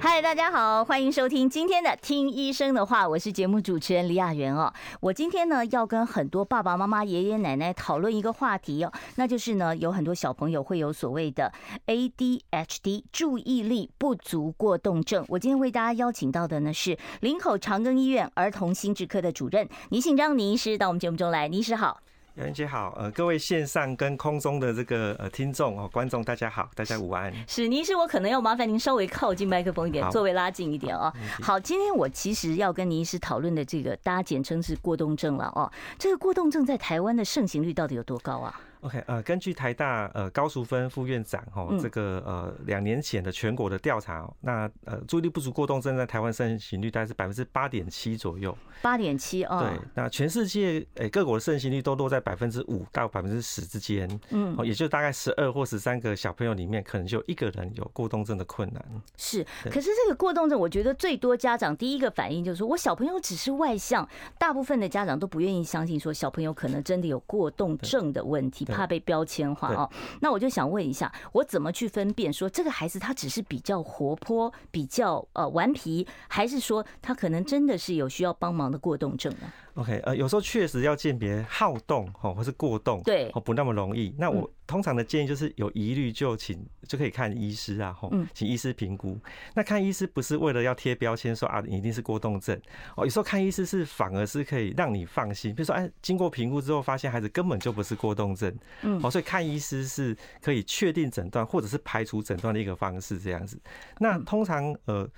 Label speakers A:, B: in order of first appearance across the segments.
A: 嗨，大家好，欢迎收听今天的《听医生的话》，我是节目主持人李雅媛哦。我今天呢要跟很多爸爸妈妈、爷爷奶奶讨论一个话题哦，那就是呢有很多小朋友会有所谓的 ADHD 注意力不足过动症。我今天为大家邀请到的呢是林口长庚医院儿童心智科的主任倪信章倪医师到我们节目中来，倪医师好。
B: 杨云姐好，呃，各位线上跟空中的这个呃听众哦，观众大家好，大家午安。
A: 是，倪医师，我可能要麻烦您稍微靠近麦克风一点，
B: 好
A: 座位拉近一点哦。好，今天我其实要跟倪医师讨论的这个，大家简称是过动症了哦。这个过动症在台湾的盛行率到底有多高啊？
B: OK，呃，根据台大呃高淑芬副院长哦
A: 嗯，
B: 这个呃两年前的全国的调查哦，那呃注意力不足过动症在台湾盛行率大概是百分之八点七左右。
A: 八点七哦
B: 对，，那全世界诶、各国的盛行率都落在百分之五到百分之十之间，
A: 嗯
B: 哦，也就大概十二或十三个小朋友里面，可能就一个人有过动症的困难。
A: 是。可是这个过动症，我觉得最多家长第一个反应就是说，我小朋友只是外向，大部分的家长都不愿意相信说小朋友可能真的有过动症的问题，
B: 对
A: 怕被标签化哦。那我就想问一下，我怎么去分辨说这个孩子他只是比较活泼、比较呃顽皮，还是说他可能真的是有需要帮忙的过动症呢？
B: OK，呃，有时候确实要鉴别好动哦，或是过动，
A: 对嗯
B: 哦，不那么容易。那我通常的建议就是有疑虑就请就可以看医师啊，吼
A: 嗯，
B: 请医师评估。那看医师不是为了要贴标签说啊，你一定是过动症哦，有时候看医师是反而是可以让你放心。比如说，哎，经过评估之后发现孩子根本就不是过动症，
A: 嗯
B: 哦，所以看医师是可以确定诊断或者是排除诊断的一个方式这样子。
A: 嗯
B: 那通常呃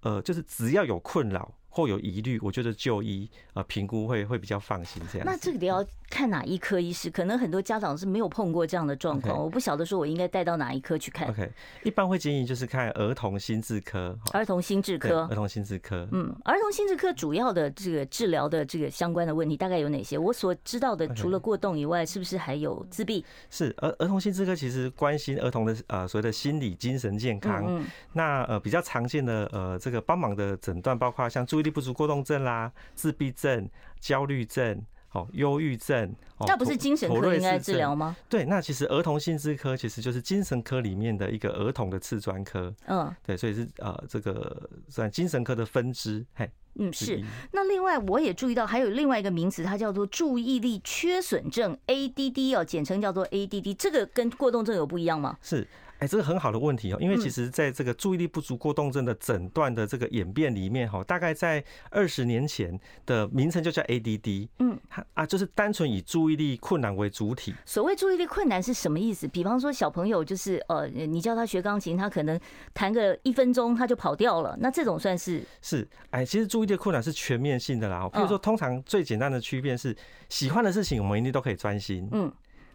B: 呃，就是只要有困扰或有疑虑，我觉得就医呃评估会会比较放心这样
A: 那
B: 子。
A: 这个得要看哪一科医师，可能很多家长是没有碰过这样的状况，
B: OK
A: 我不晓得说我应该带到哪一科去看
B: OK，一般会建议就是看儿童心智科，哈
A: 儿童心智
B: 对
A: 科
B: 儿。童心智科，
A: 嗯，儿童心智科主要的这个治疗的这个相关的问题大概有哪些？我所知道的，
B: OK
A: 除了过动以外，是不是还有自闭？
B: 是儿儿童心智科其实关心儿童的呃所谓的心理精神健康。
A: 嗯嗯
B: 那呃比较常见的呃这个帮忙的诊断包括像注意力不足过动症啦、自闭症、焦虑症。哦，忧郁症，哦
A: 那不是精神
B: 妥妥
A: 科
B: 瑞
A: 应该
B: 氏症
A: 治疗吗？
B: 对，那其实儿童心智科其实就是精神科里面的一个儿童的次专科，
A: 嗯
B: 对，所以是呃这个算精神科的分支，嘿，
A: 嗯，
B: 之
A: 是
B: 一。
A: 那另外我也注意到还有另外一个名词，它叫做注意力缺损症 （ADD） 哦，简称叫做 ADD。这个跟过动症有不一样吗？
B: 是，哎、这个很好的问题哦，因为其
A: 嗯
B: 实在这个注意力不足过动症的诊断的这个演变里面哈、哦，大概在二十年前的名称就叫 ADD，
A: 嗯，
B: 它啊就是单纯以注意力困难为主体，
A: 所谓注意力困难是什么意思？比方说小朋友就是呃，你叫他学钢琴，他可能弹个一分钟他就跑掉了，那这种算是
B: 是，哎，其实注意力困难是全面性的啦。哦比如
A: 嗯
B: 说，通常最简单的区别是，喜欢的事情我们一定都可以专心，
A: 嗯，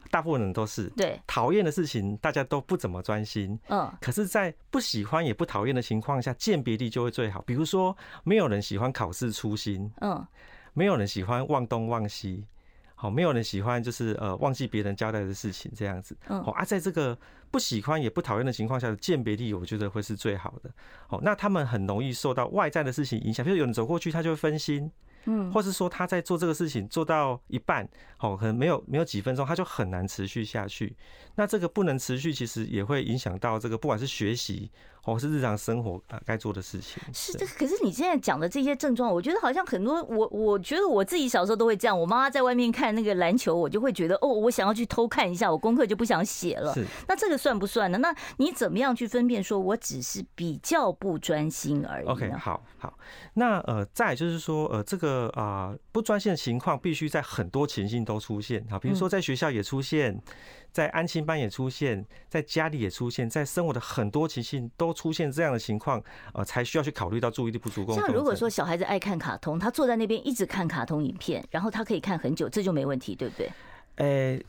B: 大部分人都是。
A: 对，
B: 讨厌的事情大家都不怎么专心，
A: 嗯。
B: 可是，在不喜欢也不讨厌的情况下，鉴别力就会最好。比如说，没有人喜欢考试粗心，
A: 嗯，
B: 没有人喜欢忘东忘西，好，没有人喜欢就是呃忘记别人交代的事情这样子。
A: 嗯
B: 哦啊，在这个不喜欢也不讨厌的情况下的鉴别力，我觉得会是最好的。哦，那他们很容易受到外在的事情影响，比如有人走过去，他就会分心。嗯，或是说他在做这个事情做到一半，哦，可能没有没有几分钟，他就很难持续下去。那这个不能持续，其实也会影响到这个不管是学习，或、是日常生活啊该、做的事情。
A: 是
B: 对
A: 这，可是你现在讲的这些症状，我觉得好像很多，我我觉得我自己小时候都会这样。我妈妈在外面看那个篮球，我就会觉得哦，我想要去偷看一下，我功课就不想写了。
B: 是。
A: 那这个算不算呢？那你怎么样去分辨说我只是比较不专心而已
B: OK，
A: 呢？
B: 好好，那呃，再来就是说，呃，这个啊、不专心的情况必须在很多情境都出现啊，比如
A: 嗯
B: 说在学校也出现，在安亲班也出现，在家里也出现，在生活的很多情境都出现这样的情况，呃，才需要去考虑到注意力不足过动
A: 像
B: 症。
A: 如果说小孩子爱看卡通，他坐在那边一直看卡通影片，然后他可以看很久，这就没问题，对不对？
B: 呃，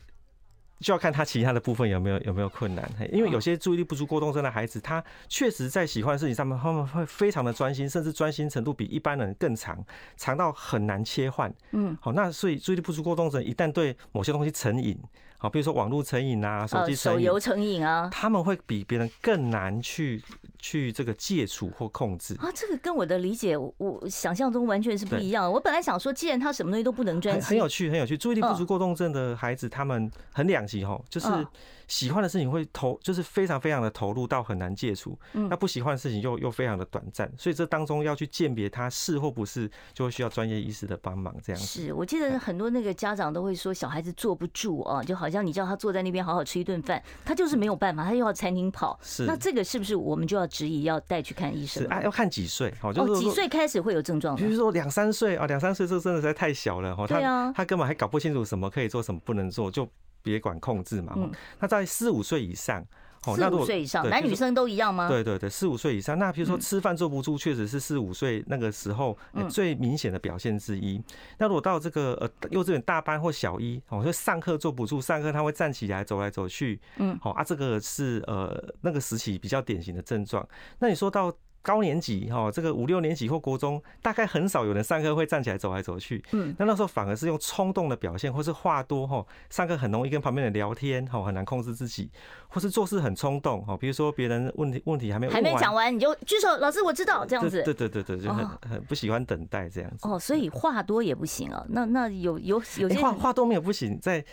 B: 就要看他其他的部分有没有有没有困难，嘿因为
A: 嗯
B: 有些注意力不足过动症的孩子，他确实在喜欢的事情上面，他们会非常的专心，甚至专心程度比一般人更长，长到很难切换。
A: 嗯，
B: 好，那所以注意力不足过动症一旦对某些东西成瘾，好，比如说网络成瘾啊、手
A: 呃，
B: 机成
A: 手
B: 瘾，
A: 游成瘾啊
B: 他们会比别人更难去去这个戒除或控制。
A: 啊，这个跟我的理解，我我想象中完全是不一样的。我本来想说，既然他什么东西都不能专
B: 很
A: 心，
B: 很有趣，很有趣。注意力不足
A: 嗯
B: 过动症的孩子，他们很两极吼，就是
A: 嗯
B: 喜欢的事情会投，就是非常非常的投入到很难戒除；
A: 嗯
B: 那不喜欢的事情又又非常的短暂，所以这当中要去鉴别他是或不是，就会需要专业医师的帮忙这样子。嗯
A: 是我记得很多那个家长都会说，小孩子坐不住啊，就好像你叫他坐在那边好好吃一顿饭，他就是没有办法，他又要餐厅跑。
B: 嗯是
A: 那这个是不是我们就要质疑，要带去看医生
B: 是，
A: 了？
B: 哎、要看几岁，好，就是
A: 哦，
B: 说
A: 几岁开始会有症状
B: 比如
A: 呢？
B: 说两三岁啊，两三岁这真的实在太小了哈，哦
A: 对啊
B: 他他根本还搞不清楚什么可以做，什么不能做，就别管控制嘛。哦
A: 嗯
B: 那在四五岁以上，哦，
A: 四
B: 那如
A: 五
B: 果
A: 岁以上，
B: 对
A: 男
B: 就是
A: 女生都一样吗？
B: 对对对，四五岁以上，那比如说
A: 嗯
B: 吃饭坐不住，确实是四五岁那个时候呃
A: 嗯
B: 最明显的表现之一。那如果到这个呃幼稚园大班或小一，哦，就上课坐不住，上课他会站起来走来走去，
A: 嗯
B: 好啊，这个是呃那个时期比较典型的症状。那你说到。高年级哈，哦这个五六年级或国中，大概很少有人上课会站起来走来走去。
A: 嗯，
B: 那那时候反而是用冲动的表现，或是话多哈，哦上课很容易跟旁边人聊天哈，哦很难控制自己，或是做事很冲动哈，哦比如说别人问题问题还没有
A: 还没
B: 问
A: 讲完你就举手，老师我知道这样子。
B: 对对对对，对就很
A: 哦
B: 很不喜欢等待这样子。
A: 哦，所以话多也不行啊。那那有有有
B: 诶哎
A: 些
B: 话话多没有不行，在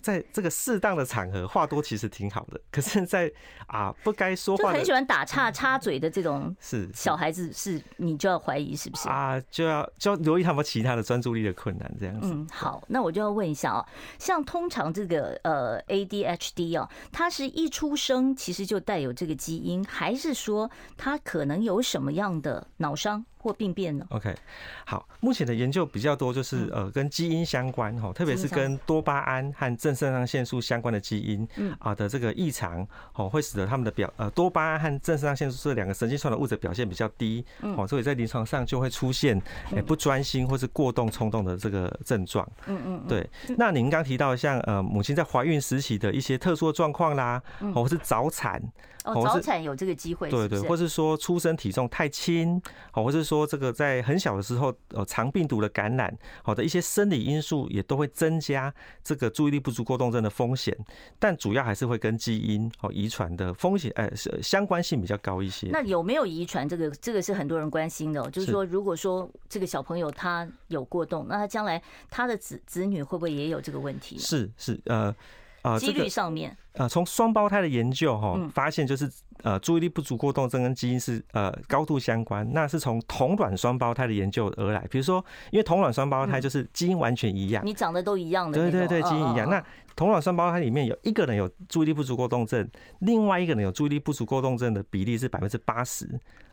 B: 在这个适当的场合，话多其实挺好的。可是在，啊不该说
A: 就
B: 话
A: 很
B: 的
A: 喜欢打岔插嘴的这种
B: 是
A: 小孩子，是你就要怀疑是不是？
B: 啊，就要就要留意他们其他的专注力的困难这样子。
A: 嗯，好，那我就要问一下哦，像通常这个呃 ADHD 哦，它是一出生其实就带有这个基因，还是说它可能有什么样的脑伤或病变呢？
B: OK，好，目前的研究比较多，
A: 嗯
B: 就是呃跟基因相关哈，特别是
A: 基因相
B: 跟多巴胺和正肾上腺素相关的基因
A: 嗯
B: 啊的这个异常哦，会使得他们的表呃多巴胺和正肾上腺素这两个神经传导物质表现比较低
A: 嗯
B: 哦，所以在临床上就会出现哎不专心或是过动冲动的这个症状。
A: 嗯嗯
B: 对，那您刚提到像呃母亲在怀孕时期的一些特殊的状况啦，
A: 嗯
B: 哦或是早产，
A: 哦，
B: 哦
A: 早
B: 是
A: 产有这个机会是不
B: 对
A: 是，
B: 对，或是说出生体重太轻，哦好，或是说这个在很小的时候，呃，肠病毒的感染，好的一些生理因素也都会增加这个注意力不足过动症的风险，但主要还是会跟基因哦遗传的风险，呃，是相关性比较高一些。
A: 那有没有遗传？这个这个是很多人关心的哦、就是
B: 是
A: 说，如果说这个小朋友他有过动，那他将来他的子子女会不会也有这个问题呢？
B: 是是呃。啊、
A: 几
B: 这个
A: 率上面，
B: 呃，从双胞胎的研究哈、
A: 嗯
B: 发现就是呃，注意力不足过动症跟基因是呃高度相关。那是从同卵双胞胎的研究而来，比如说，因为同卵双
A: 嗯
B: 胞胎就是基因完全一样，
A: 你长得都一样的那
B: 啊对
A: 种，
B: 对对，基因一样。
A: 嗯嗯嗯
B: 那同卵双胞胎里面有一个人有注意力不足过动症，另外一个人有注意力不足过动症的比例是百分之八十，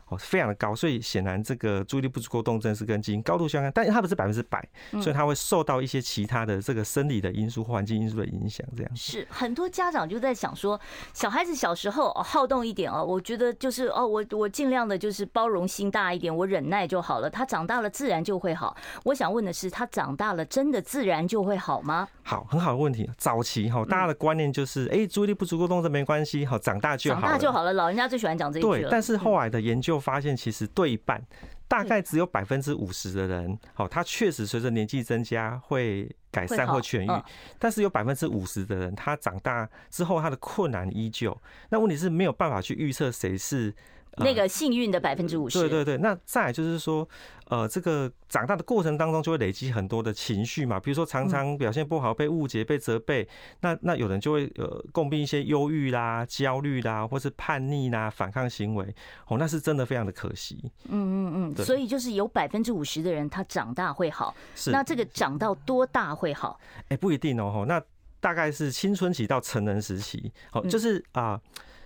B: 哦，非常的高。所以显然这个注意力不足过动症是跟基因高度相关，但是它不是百分之百，
A: 嗯
B: 所以它会受到一些其他的这个生理的因素、环境因素的影响。这样
A: 是很多家长就在想说，小孩子小时候、哦、好动一点哦，我觉得就是哦，我我尽量的就是包容心大一点，我忍耐就好了。他长大了自然就会好。我想问的是，他长大了真的自然就会好吗？
B: 好，很好的问题。早期哈，大家的观念就是，哎、注意力不足过动症没关系，好，长大就
A: 长
B: 好，
A: 大就。好了，老人家最喜欢讲这一句
B: 对，
A: 了。嗯
B: 但是后来的研究发现，其实对一半，大概只有百分之五十的人，好、他确实随着年纪增加会改
A: 会
B: 善
A: 好
B: 或痊愈，
A: 嗯
B: 但是有百分之五十的人，他长大之后他的困难依旧。那问题是没有办法去预测谁是、呃
A: 嗯那个幸运的百分之五十，
B: 对对对，那再来就是说，呃，这个长大的过程当中就会累积很多的情绪嘛，比如说常常表现不好，被误解、被责备，那那有人就会呃共病一些忧郁啦、焦虑啦，或是叛逆啦、反抗行为，哦，那是真的非常的可惜。
A: 嗯嗯嗯，
B: 对
A: 所以就是有百分之五十的人他长大会好，
B: 是，
A: 那这个长到多大会好？
B: 哎、不一定哦，吼那大概是青春期到成人时期，哦，就是啊、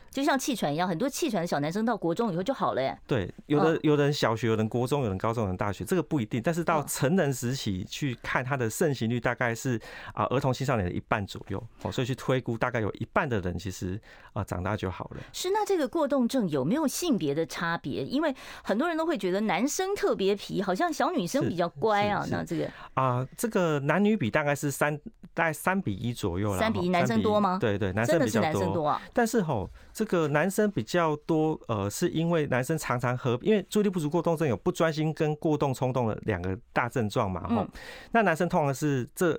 A: 就像气喘一样，很多气喘的小男生到国中以后就好了耶。
B: 对，有的
A: 嗯
B: 有的人小学，有人国中，有人高中，有人大学，这个不一定。但是到
A: 嗯
B: 成人时期去看它的盛行率，大概是啊、儿童青少年的一半左右哦，所以去推估大概有一半的人其实啊、长大就好了。
A: 是那这个过动症有没有性别的差别？因为很多人都会觉得男生特别皮，好像小女生
B: 是
A: 比较乖啊。
B: 是是
A: 那这个
B: 啊、这个男女比大概是三大概三比一左右啦。
A: 三比一
B: 吼
A: 男生多吗
B: 对对，男生
A: 真的
B: 比
A: 是
B: 较
A: 男生
B: 多
A: 多。啊。
B: 但是吼，这个男生比较多，呃，是因为男生常常和因为注意力不足过动症有不专心跟过动冲动的两个大症状嘛，吼、
A: 嗯
B: 那男生通常是这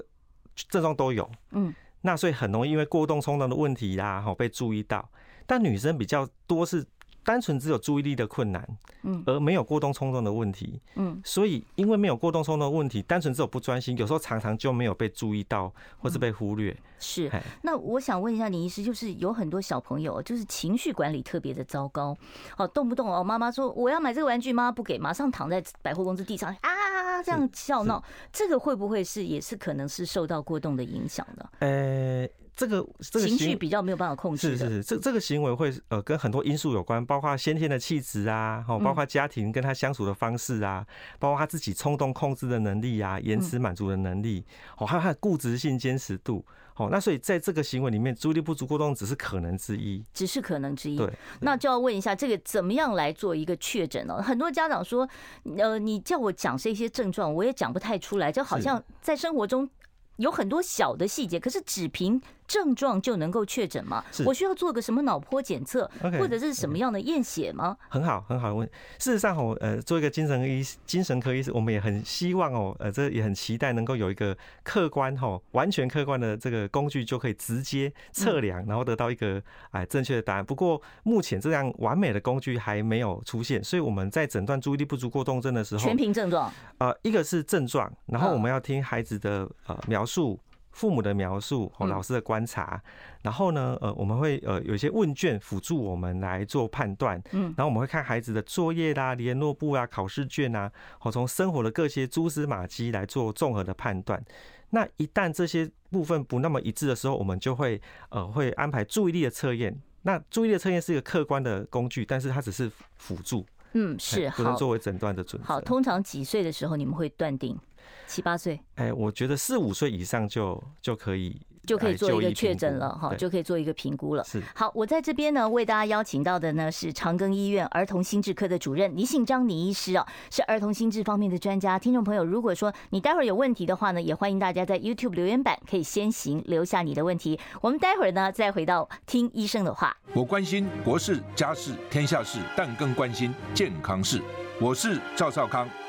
B: 症状都有，
A: 嗯，
B: 那所以很容易因为过动冲动的问题啦，哈，被注意到。但女生比较多是单纯只有注意力的困难，
A: 嗯
B: 而没有过动冲动的问题。
A: 嗯，
B: 所以因为没有过动冲动的问题，单纯只有不专心，有时候常常就没有被注意到，或是被忽略。
A: 是
B: 哎。
A: 那我想问一下李医师，就是有很多小朋友就是情绪管理特别的糟糕，哦，动不动哦，妈妈说我要买这个玩具，妈妈不给，马上躺在百货公司地上啊这样笑闹，这个会不会是也是可能是受到过动的影响呢？
B: 呃，这个这个
A: 情
B: 行
A: 绪比较没有办法控制
B: 是
A: 的，
B: 是是，这这个行为会呃跟很多因素有关，包括先天的气质啊，哦，
A: 嗯
B: 包括家庭跟他相处的方式啊，包括他自己冲动控制的能力啊，
A: 嗯
B: 延迟满足的能力，哦，还有他的固执性坚持度，哦，那所以在这个行为里面，注意力不足过动只是可能之一，
A: 只是可能之一。
B: 对，
A: 那就要问一下，这个怎么样来做一个确诊呢？很多家长说，呃，你叫我讲这些症状，我也讲不太出来，就好像在生活中有很多小的细节，可是只凭症状就能够确诊吗
B: 是？
A: 我需要做个什么脑波检测，
B: OK，嗯
A: 或者是什么样的验血吗？
B: 很好，很好的问。事实上，哦，呃，做一个精神医精神科医师，我们也很希望哦，呃，这也很期待能够有一个客观哦，完全客观的这个工具，就可以直接测量，然后得到一个哎、正确的答案。不过目前这样完美的工具还没有出现，所以我们在诊断注意力不足过动症的时候
A: 全，凭症状，
B: 呃，一个是症状，然后
A: 嗯
B: 我们要听孩子的呃描述。父母的描述，哦，
A: 嗯
B: 老师的观察，然后呢，呃，我们会呃有一些问卷辅助我们来做判断，
A: 嗯，
B: 然后我们会看孩子的作业啦、联络簿啊、考试卷啊，哦，从生活的各些蛛丝马迹来做综合的判断。那一旦这些部分不那么一致的时候，我们就会呃会安排注意力的测验。那注意力的测验是一个客观的工具，但是它只是辅助，
A: 嗯，是
B: 哎不能
A: 好
B: 作为诊断的准则。
A: 好。通常几岁的时候你们会断定？七八岁
B: 哎，我觉得四五岁以上就就可以
A: 就可以
B: 来
A: 做一
B: 哎医
A: 个
B: 评
A: 确诊
B: 估
A: 了，哈，
B: 对
A: 就可以做一个评估了。
B: 是
A: 好，我在这边呢，为大家邀请到的呢是长庚医院儿童心智科的主任倪信章倪医师哦，是儿童心智方面的专家。听众朋友，如果说你待会儿有问题的话呢，也欢迎大家在 YouTube 留言板可以先行留下你的问题，我们待会儿呢再回到听医生的话。
C: 我关心国事、家事、天下事，但更关心健康事。我是赵少康，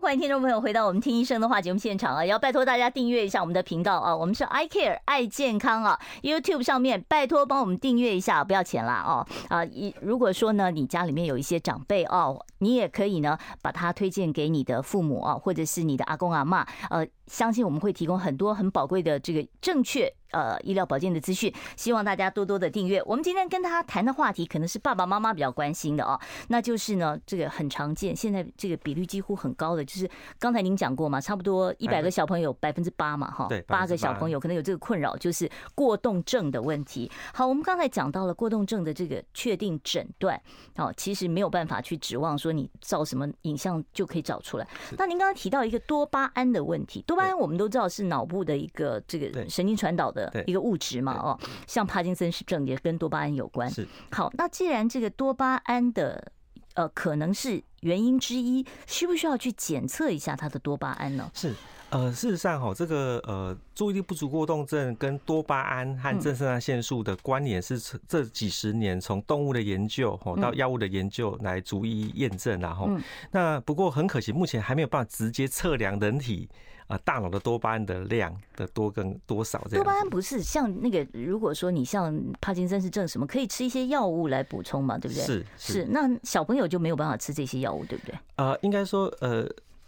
A: 欢迎听众朋友回到我们听医生的话节目现场啊，也要拜托大家订阅一下我们的频道啊，我们是 I Care 爱健康啊，YouTube 上面拜托帮我们订阅一下，不要钱啦哦啊！一如果说呢你家里面有一些长辈哦，你也可以呢把它推荐给你的父母啊，或者是你的阿公阿妈，呃，相信我们会提供很多很宝贵的这个正确。呃，医疗保健的资讯，希望大家多多的订阅。我们今天跟大家谈的话题，可能是爸爸妈妈比较关心的哦。那就是呢，这个很常见，现在这个比率几乎很高的，就是刚才您讲过嘛，差不多一百个小朋友百分之八嘛，哈
B: 对，
A: 八个
B: 8%
A: 小朋友可能有这个困扰，就是过动症的问题。好，我们刚才讲到了过动症的这个确定诊断，哦，其实没有办法去指望说你照什么影像就可以找出来。那您刚刚提到一个多巴胺的问题，多巴胺我们都知道是脑部的一个这个
B: 对
A: 神经传导的
B: 对
A: 一个物质嘛，
B: 对
A: 哦，像帕金森氏症也跟多巴胺有关。
B: 是。
A: 好，那既然这个多巴胺的呃可能是原因之一，需不需要去检测一下它的多巴胺呢？
B: 是，呃，事实上哈、这个呃，注意力不足过动症跟多巴胺
A: 嗯
B: 和正肾上腺素的关联是从这几十年从动物的研究吼、到药物的研究来逐一验证然后、
A: 嗯
B: 那不过很可惜，目前还没有办法直接测量人体啊、呃大脑的多巴胺的量的多跟多少这
A: 多
B: 样
A: 巴
B: 子。
A: 胺不是像那个，如果说你像帕金森氏症什么，可以吃一些药物来补充嘛，对不对？
B: 是
A: 是，那小朋友就没有办法吃这些药物，对不对？
B: 呃，应该说，呃，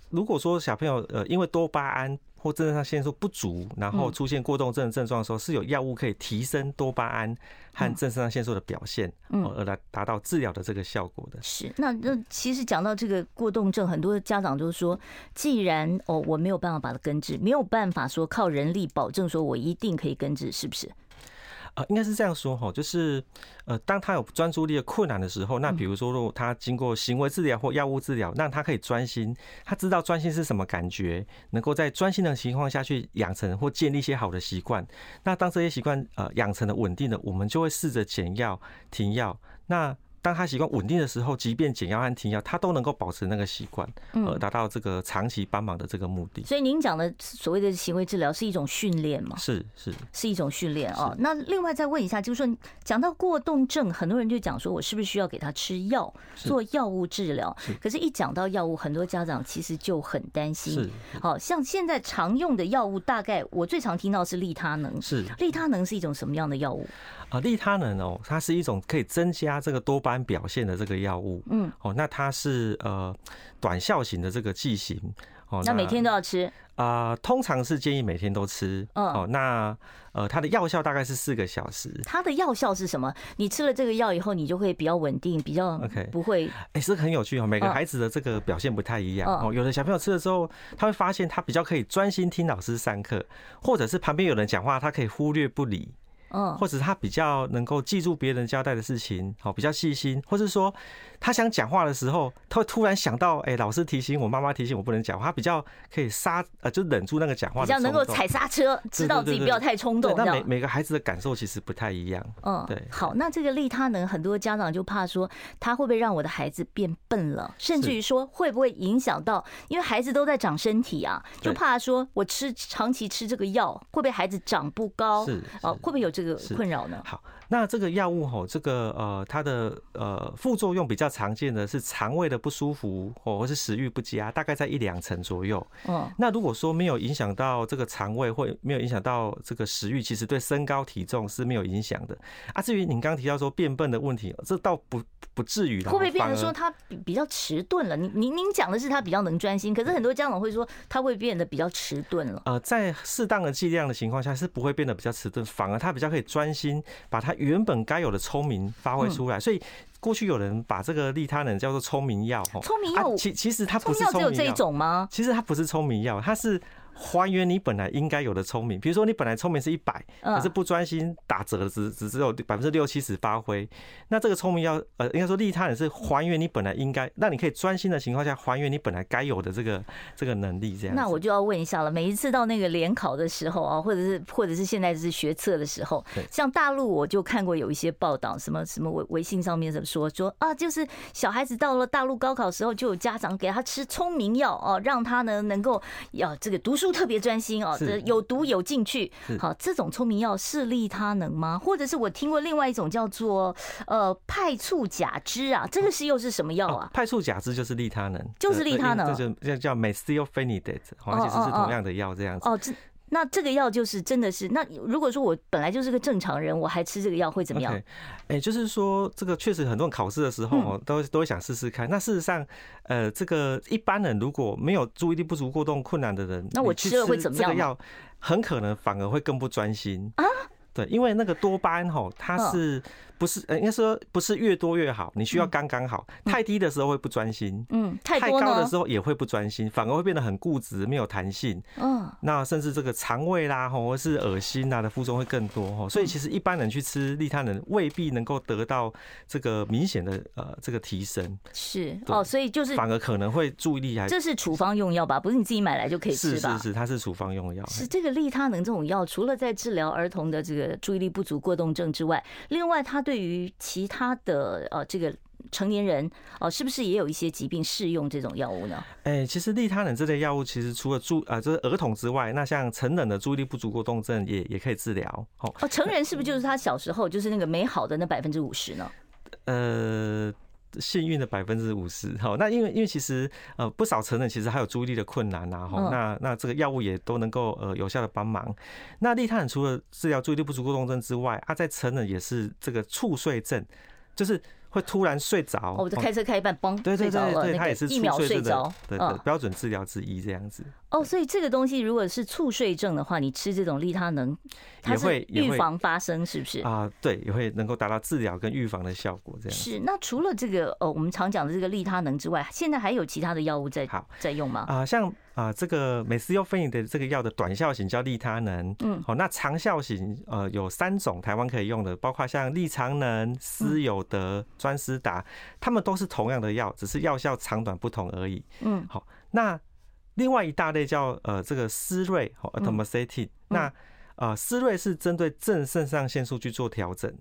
B: 如果说小朋友呃，因为多巴胺或正肾上腺素不足，然后
A: 嗯
B: 出现过动症的症状的时候，是有药物可以提升多巴胺和正肾上腺素的表现，
A: 嗯
B: 哦，而来达到治疗的这个效果的。
A: 是，那那其实讲到这个过动症，很多家长就说，既然哦我没有办法把它根治，没有办法说靠人力保证说我一定可以根治，是不是？
B: 呃，应该是这样说哈，就是呃，当他有专注力的困难的时候，那比如说，如果他经过行为治疗或药物治疗，让他可以专心，他知道专心是什么感觉，能够在专心的情况下去养成或建立一些好的习惯。那当这些习惯呃养成了稳定的，我们就会试着减药、停药。那当他习惯稳定的时候，即便减药和停药，他都能够保持那个习惯，呃，
A: 嗯，
B: 达到这个长期帮忙的这个目的。
A: 所以您讲的所谓的行为治疗是一种训练嘛？
B: 是是，
A: 是一种训练哦。那另外再问一下，就是说讲到过动症，很多人就讲说我是不是需要给他吃药
B: 是
A: 做药物治疗
B: 是？
A: 可是，一讲到药物，很多家长其实就很担心
B: 是。
A: 好像现在常用的药物，大概我最常听到是利他能。
B: 是
A: 利他能是一种什么样的药物？
B: 啊，利他能哦，它是一种可以增加这个多巴胺表现的这个药物。
A: 嗯，
B: 哦，那它是呃短效型的这个剂型。哦，
A: 那每天都要吃，
B: 啊、通常是建议每天都吃。
A: 嗯
B: 哦，那呃，它的药效大概是四个小时。
A: 它的药效是什么？你吃了这个药以后，你就会比较稳定，比较
B: OK
A: 不会
B: 哎、这个很有趣哦，每个
A: 嗯
B: 孩子的这个表现不太一样、
A: 嗯
B: 哦。有的小朋友吃了之后，他会发现他比较可以专心听老师上课，或者是旁边有人讲话，他可以忽略不理。
A: 嗯
B: 或者他比较能够记住别人交代的事情，好，比较细心，或是说他想讲话的时候，他会突然想到，哎、老师提醒我，妈妈提醒我不能讲话，他比较可以刹，呃，就忍住那个讲话
A: 比
B: 的
A: 较能够
B: 冲动
A: 踩刹车，知道自己不要太冲动。
B: 对
A: 这
B: 那
A: 样。
B: 每每个孩子的感受其实不太一样，
A: 嗯，
B: 对
A: 好，那这个利他能，很多家长就怕说，他会不会让我的孩子变笨了，甚至于说会不会影响到，因为孩子都在长身体啊，就
B: 对
A: 怕说我吃长期吃这个药，会不会孩子长不高？
B: 是
A: 哦，
B: 是
A: 会不会有这个
B: 是
A: 困扰呢？
B: 好，那这个药物吼，这个呃，它的呃副作用比较常见的是肠胃的不舒服，哦，或是食欲不佳，大概在一两成左右。
A: 嗯，
B: 那如果说没有影响到这个肠胃，或没有影响到这个食欲，其实对身高体重是没有影响的啊。至于您刚提到说变笨的问题，这倒不不至于啦
A: 会不会变成
B: 反而
A: 说他比比较迟钝了？您您您讲的是他比较能专心，可是很多家长会说他会变得比较迟钝了。
B: 呃，在适当的剂量的情况下，是不会变得比较迟钝，反而他比较可以专心把他原本该有的聪明发
A: 嗯
B: 挥出来。所以过去有人把这个利他能叫做聪明药，吼
A: 聪明药
B: 啊、其其实它
A: 聪
B: 不
A: 明
B: 是
A: 药只
B: 聪
A: 有
B: 明
A: 这一
B: 药，
A: 种吗？
B: 其实它不是聪明药，它是。还原你本来应该有的聪明，比如说你本来聪明是一百，
A: 嗯
B: 可是不专心打折，只只只有百分之六七十发挥。那这个聪明要呃，应该说利他人是还原你本来应该，那你可以专心的情况下还原你本来该有的这个这个能力，这样子。
A: 那我就要问一下了，每一次到那个联考的时候啊，或者是或者是现在是学测的时候
B: 对，
A: 像大陆我就看过有一些报道，什么什么微微信上面怎么说说啊，就是小孩子到了大陆高考时候，就有家长给他吃聪明药哦、让他呢能够要这个读书特别专心哦、
B: 是
A: 这有读有进去
B: 是。
A: 好，这种聪明药是利他能吗？或者是我听过另外一种叫做呃派醋甲酯啊，这个是又是什么药
B: 哦
A: 啊？
B: 派醋甲酯就是利他能，
A: 就是利他哦能
B: 呃这就这叫 m e t h y l p h e n i d a t e 好像其实是同样的药这样子。
A: 哦，这那这个药就是真的是，那如果说我本来就是个正常人，我还吃这个药会怎么样
B: OK，哎、就是说这个确实很多人考试的时
A: 嗯
B: 候哦，都都会想试试看。那事实上，呃，这个一般人如果没有注意力不足过动困难的人，
A: 那我
B: 你去
A: 吃了会怎么样
B: 这个药很可能反而会更不专心啊。对，因为那个多巴胺吼，它
A: 嗯
B: 是不是呃应该说不是越多越好，你需要刚刚好。太低的时候会不专心，
A: 嗯，太
B: 太
A: 多
B: 高的
A: 呢
B: 时，候也会不专心，反而会变得很固执，没有弹性。
A: 嗯，
B: 那甚至这个肠胃啦，吼，或是恶心啊啦的副作用会更多吼，
A: 嗯
B: 所以其实一般人去吃利他能未必能够得到这个明显的呃这个提升，
A: 是
B: 对
A: 哦，所以就是
B: 反而可能会注意力还
A: 这是处方用药吧，不是你自己买来就可以吃
B: 是
A: 吧？
B: 是是，它是处方用药，
A: 是这个利他能这种药，除了在治疗儿童的这个注意力不足过动症之外，另外它对于其他的呃这个成年人哦、是不是也有一些疾病适用这种药物呢？
B: 哎、其实利他能这类药物，其实除了注啊、就是儿童之外，那像成人的注意力不足过动症也也可以治疗。哦，
A: 哦，成人是不是就是他小时候就是那个美好的那百分之五十呢？
B: 呃。幸运的百分之五十，好，那因为因为其实呃不少成人其实还有注意力的困难呐、啊，吼
A: 嗯
B: 那那这个药物也都能够呃有效的帮忙。那利他能除了治疗注意力不足过动症之外，啊，在成人也是这个猝睡症，就是会突然睡着，
A: 哦，我就开车开一半，嘣，
B: 对对
A: 睡着
B: 对
A: 了，
B: 对，
A: 那
B: 它
A: 个
B: 也是
A: 一
B: 猝
A: 秒
B: 睡
A: 睡
B: 症
A: 着
B: 的，的的
A: 嗯，
B: 标准治疗之一这样子。
A: 哦，所以这个东西如果是猝睡症的话，你吃这种利他能，它
B: 也
A: 是
B: 会也
A: 预
B: 会
A: 防发生，是不是？
B: 啊、对，也会能够达到治疗跟预防的效果，这样。
A: 是。那除了这个呃，我们常讲的这个利他能之外，现在还有其他的药物在
B: 好
A: 在用吗？
B: 啊、像啊、这个美斯优芬尼的这个药的短效型叫利他能，
A: 嗯
B: 好、那长效型呃有三种台湾可以用的，包括像利长能、思友德、专思达，他们都是同样的药，只是药效长短不同而已。
A: 嗯，
B: 好、那另外一大类叫呃这个思瑞，好、a t o m a c e t i n 那呃思瑞是针对正肾上腺素去做调整。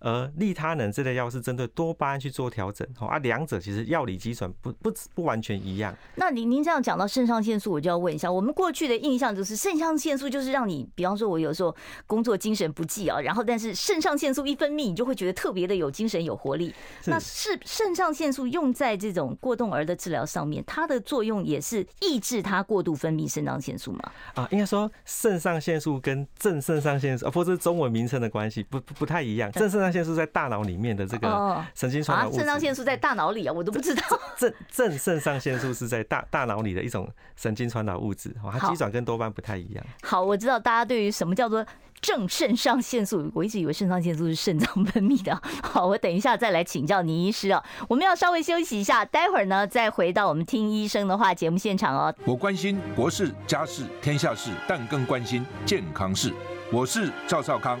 B: 而利他能这类药是针对多巴胺去做调整，哦啊，两者其实药理基准不不不完全一样。
A: 那您您这样讲到肾上腺素，我就要问一下，我们过去的印象就是肾上腺素就是让你，比方说我有时候工作精神不济啊，然后但是肾上腺素一分泌，你就会觉得特别的有精神有活力。
B: 是
A: 那是肾上腺素用在这种过动儿的治疗上面，它的作用也是抑制它过度分泌肾上腺素嘛？
B: 啊，应该说肾上腺素跟正肾上腺素，啊，不，这是中文名称的关系，不不不太一样。正肾上腺素在大脑里面的这
A: 哦
B: 个神经传
A: 啊
B: 导，物质，
A: 肾上腺素在大脑里啊，我都不知道。
B: 正正肾上腺素是在大大脑里的一种神经传导物质，哦，它
A: 好
B: 机转跟多巴胺不太一样。
A: 好，我知道大家对于什么叫做正肾上腺素，我一直以为肾上腺素是肾脏分泌的。好，我等一下再来请教倪医师哦。我们要稍微休息一下，待会儿呢再回到我们听医生的话节目现场哦。
C: 我关心国事、家事、天下事，但更关心健康事。我是赵少康，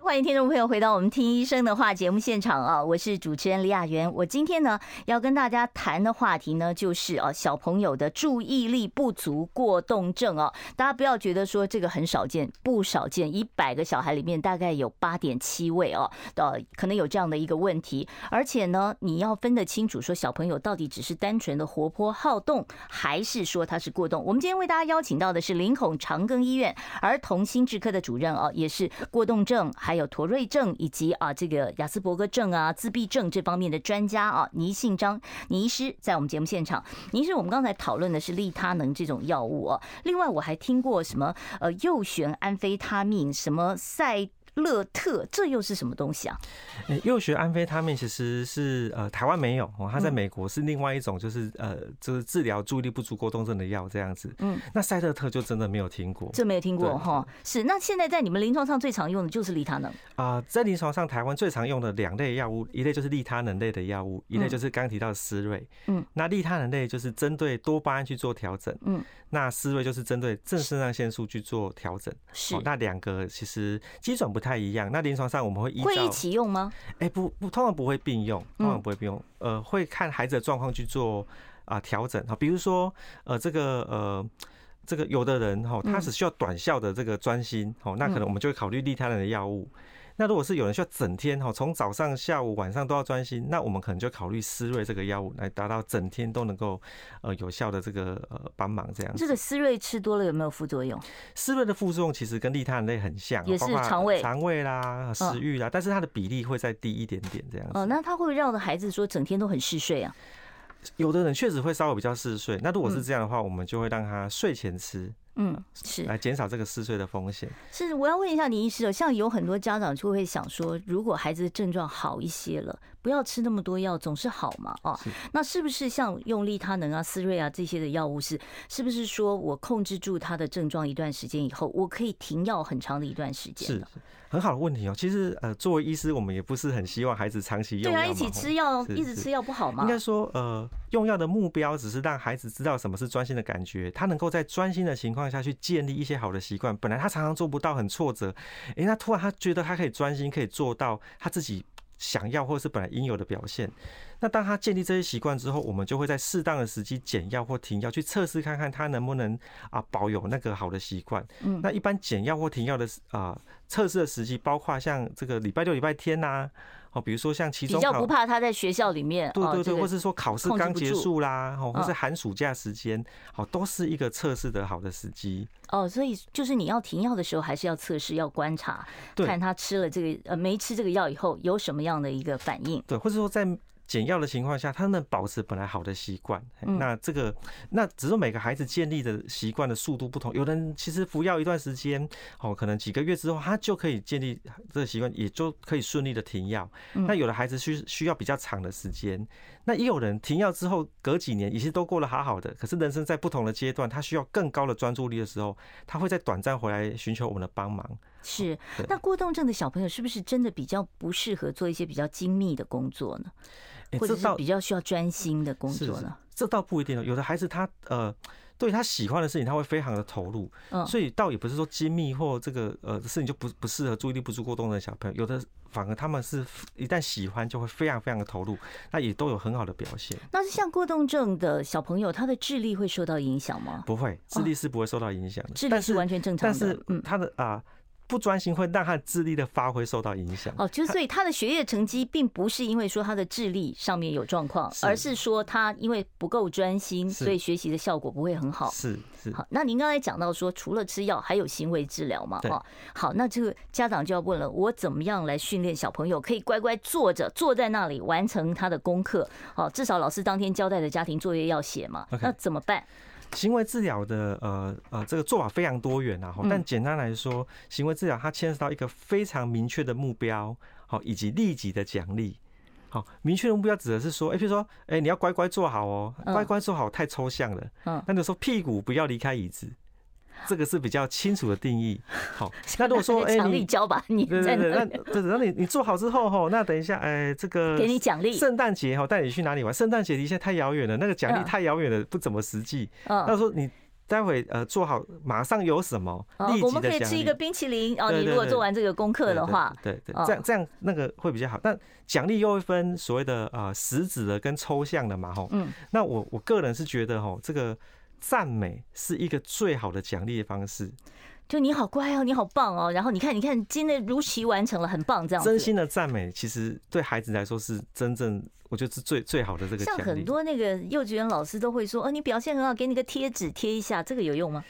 A: 欢迎听众朋友回到我们听医生的话节目现场啊，我是主持人李雅媛。我今天呢要跟大家谈的话题呢，就是啊小朋友的注意力不足过动症哦、大家不要觉得说这个很少见，不少见，一百个小孩里面大概有八点七位哦、呃，可能有这样的一个问题。而且呢，你要分得清楚，说小朋友到底只是单纯的活泼好动，还是说他是过动。我们今天为大家邀请到的是林口长庚医院儿童心智科的主任哦，也是过动症、还有妥瑞症以及啊这个雅斯伯格症啊、自闭症这方面的专家啊，倪信章倪医师在我们节目现场。倪医师，我们刚才讨论的是利他能这种药物哦，另外我还听过什么呃右旋安非他命、什么赛勒特，这又是什么东西啊？
B: 诶右旋安非他命其实是呃台湾没有，哦，
A: 嗯
B: 它在美国是另外一种，就是呃就是治疗注意力不足过动症的药这样子。
A: 嗯，
B: 那赛特特就真的没有听过。
A: 这没有听过
B: 对
A: 哈，是那现在在你们临床上最常用的就是利他能，
B: 啊、在临床上，台湾最常用的两类药物，一类就是利他能类的药物，一类就是刚提到的思瑞。
A: 嗯，
B: 那利他能类就是针对多巴胺去做调整，
A: 嗯，
B: 那思瑞就是针对正肾上腺素去做调整。
A: 是
B: 哦那两个其实基准不太一样。那临床上我们会依
A: 会一
B: 照，
A: 起用吗？
B: 哎、不不，通常不会并用，通
A: 嗯
B: 常不会并用，呃，会看孩子的状况去做啊调、整啊，比如说呃这个呃。这个有的人哦，
A: 嗯
B: 他只需要短效的这个专心哦，那可能我们就会考虑利他人的药物。那如果是有人需要整天哈，从早上、下午、晚上都要专心，那我们可能就考虑思瑞这个药物来达到整天都能够呃有效的这个呃帮忙这样子。
A: 这个思瑞吃多了有没有副作用？
B: 思瑞的副作用其实跟利他人类很像，
A: 也是
B: 包括
A: 肠胃嗯
B: 肠胃啦、食欲啦，但是它的比例会再低一点点这样
A: 哦、
B: 子。
A: 那他会不会绕着孩子说整天都很嗜睡啊？
B: 有的人确实会稍微比较嗜睡，那如果是这样的话，我们就会让他睡前吃，
A: 嗯，是
B: 来减少这个嗜睡的风险。
A: 是，我要问一下倪医师哦，像有很多家长就会想说，如果孩子的症状好一些了，不要吃那么多药，总是好嘛，哦
B: 是，
A: 那是不是像用利他能啊、思瑞啊这些的药物是，是不是说我控制住他的症状一段时间以后，我可以停药很长的一段时间
B: 是
A: 呢？
B: 很好的问题哦。其实呃，作为医师，我们也不是很希望孩子长期用
A: 对
B: 药嘛，
A: 啊，一起
B: 吼
A: 吃药，
B: 是
A: 一直
B: 是
A: 吃药不好吗
B: 应？该说，呃，用药的目标只是让孩子知道什么是专心的感觉，他能够在专心的情况下去建立一些好的习惯。本来他常常做不到，很挫折，诶、那突然他觉得他可以专心，可以做到他自己。想要或者是本来应有的表现，那当他建立这些习惯之后，我们就会在适当的时机减药或停药，去测试看看他能不能啊保有那个好的习惯。嗯，那一般减药或停药的啊测试的时机，包括像这个礼拜六、礼拜天呐、哦，比如说像期
A: 比
B: 中
A: 较
B: 考
A: 不怕他在学校里面，
B: 对
A: 哦
B: 对
A: 这
B: 对，
A: 个
B: 或是说考试
A: 控制
B: 刚
A: 不
B: 结
A: 住
B: 束啦，哦，或是
A: 嗯
B: 寒暑假时间，好，都是一个测试的好的时机。
A: 哦，所以就是你要停药的时候，还是要测试，要观察，
B: 对
A: 看他吃了这个呃没吃这个药以后有什么样的一个反应。
B: 对，或者说在减药的情况下，他能保持本来好的习惯。嘿
A: 嗯
B: 那这个，那只是每个孩子建立的习惯的速度不同，有的人其实服药一段时间，哦，可能几个月之后，他就可以建立这个习惯，也就可以顺利的停药。
A: 嗯
B: 那有的孩子需需要比较长的时间，那也有人停药之后隔几年，也是都过得好好的，可是人生在不同的阶段，他需要更高的专注力的时候，他会在短暂回来寻求我们的帮忙。
A: 是
B: 对，
A: 那过动症的小朋友是不是真的比较不适合做一些比较精密的工作呢？
B: 哎
A: 或者
B: 这
A: 是
B: 倒
A: 比较需要专心的工
B: 是
A: 作
B: 是
A: 呢？
B: 这倒不一定哦，有的孩子他呃，对他喜欢的事情他会非常的投入，
A: 嗯
B: 所以倒也不是说精密或这个呃事情就不不适合注意力不足过动的小朋友，有的呃反而他们是一旦喜欢就会非常非常的投入，那也都有很好的表现，
A: 那是像过动症的小朋友，他的智力会受到影响吗？
B: 不会智力是不会受到影响的，
A: 智力
B: 但
A: 是完全正常
B: 但
A: 的，
B: 是
A: 嗯。
B: 他的啊、不专心会让他的智力的发挥受到影响。
A: 哦，就是所以他的学业成绩并不是因为说他的智力上面有状况，
B: 是
A: 而是说他因为不够专心，
B: 是
A: 所以学习的效果不会很好。
B: 是是，
A: 好，那您刚才讲到说，除了吃药，还有行为治疗嘛？
B: 对
A: 哦，好，那这个家长就要问了，我怎么样来训练小朋友可以乖乖坐着，坐在那里完成他的功课？哦，至少老师当天交代的家庭作业要写嘛。
B: OK
A: 那怎么办？
B: 行为治疗的呃呃这个做法非常多元啊，吼
A: 嗯
B: 但简单来说，行为治疗它牵涉到一个非常明确的目标，好，以及立即的奖励。好，明确的目标指的是说，哎、譬如说，哎、你要乖乖坐好哦，
A: 嗯
B: 乖乖坐好太抽象了。
A: 嗯
B: 那就说屁股不要离开椅子，这个是比较清楚的定义。 好，那如果说，哎、
A: 强力
B: 你
A: 教吧，你
B: 对
A: 在
B: 对对，
A: 那
B: 那
A: 里
B: 对，那你你做好之后吼，那等一下，哎、这个
A: 给你奖励，
B: 圣诞节哈，带你去哪里玩？圣诞节离现在太遥远了，那个奖
A: 嗯
B: 励太遥远了，不怎么实际。那
A: 嗯。
B: 说你待会呃做好，马上有什么
A: 哦
B: 立
A: 我
B: 即
A: 们
B: 的
A: 可以
B: 奖
A: 吃一
B: 励
A: 个。冰淇淋哦。
B: 对
A: 你
B: 对
A: 如果
B: 对
A: 做完这个功课
B: 对
A: 的
B: 对
A: 话，
B: 对对
A: 嗯，
B: 这样这样那个会比较好。但奖励又会分所谓的呃实质的跟抽象的嘛，吼。
A: 嗯。
B: 那我我个人是觉得吼，这个赞美是一个最好的奖励的方式，
A: 就你好乖哦，你好棒哦，然后你看，你看，今天如期完成了，很棒，这样子。
B: 真心的赞美其实对孩子来说是真正我觉得是最最好的这个奖
A: 像
B: 励。
A: 很多那个幼稚园老师都会说，哦，你表现很好，给你个贴纸贴一下，这个有用吗？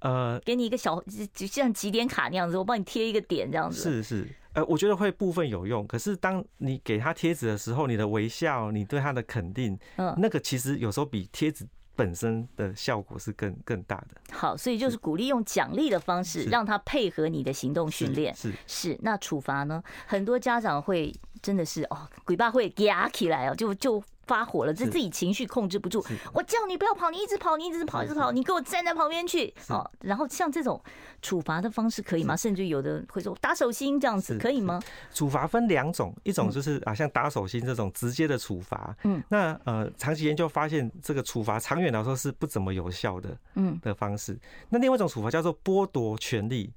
B: 呃
A: 给你一个小，就就像几点卡那样子，我帮你贴一个点这样子。
B: 是是，呃，我觉得会部分有用，可是当你给他贴纸的时候，你的微笑，你对他的肯定，
A: 嗯，
B: 那个其实有时候比贴纸本身的效果是更更大的
A: 好，所以就是鼓励用奖励的方式，
B: 是
A: 让他配合你的行动
B: 是
A: 训练。
B: 是。
A: 是，那处罚呢？很多家长会真的是哦，鬼爸会压起来哦，就就发火了，这
B: 是
A: 自己情绪控制不住
B: 是。
A: 我叫你不要跑，你一直跑，你一直跑，一直跑，你给我站在旁边去哦。然后像这种处罚的方式可以吗？甚至有的人会说打手心这样子
B: 是
A: 可以
B: 是
A: 吗？
B: 处罚分两种，一
A: 嗯
B: 种就是啊，像打手心这种直接的处罚，
A: 嗯，
B: 那呃，长期研究发现这个处罚长远来说是不怎么有效的
A: 嗯，
B: 的方式。那另外一种处罚叫做剥夺权利，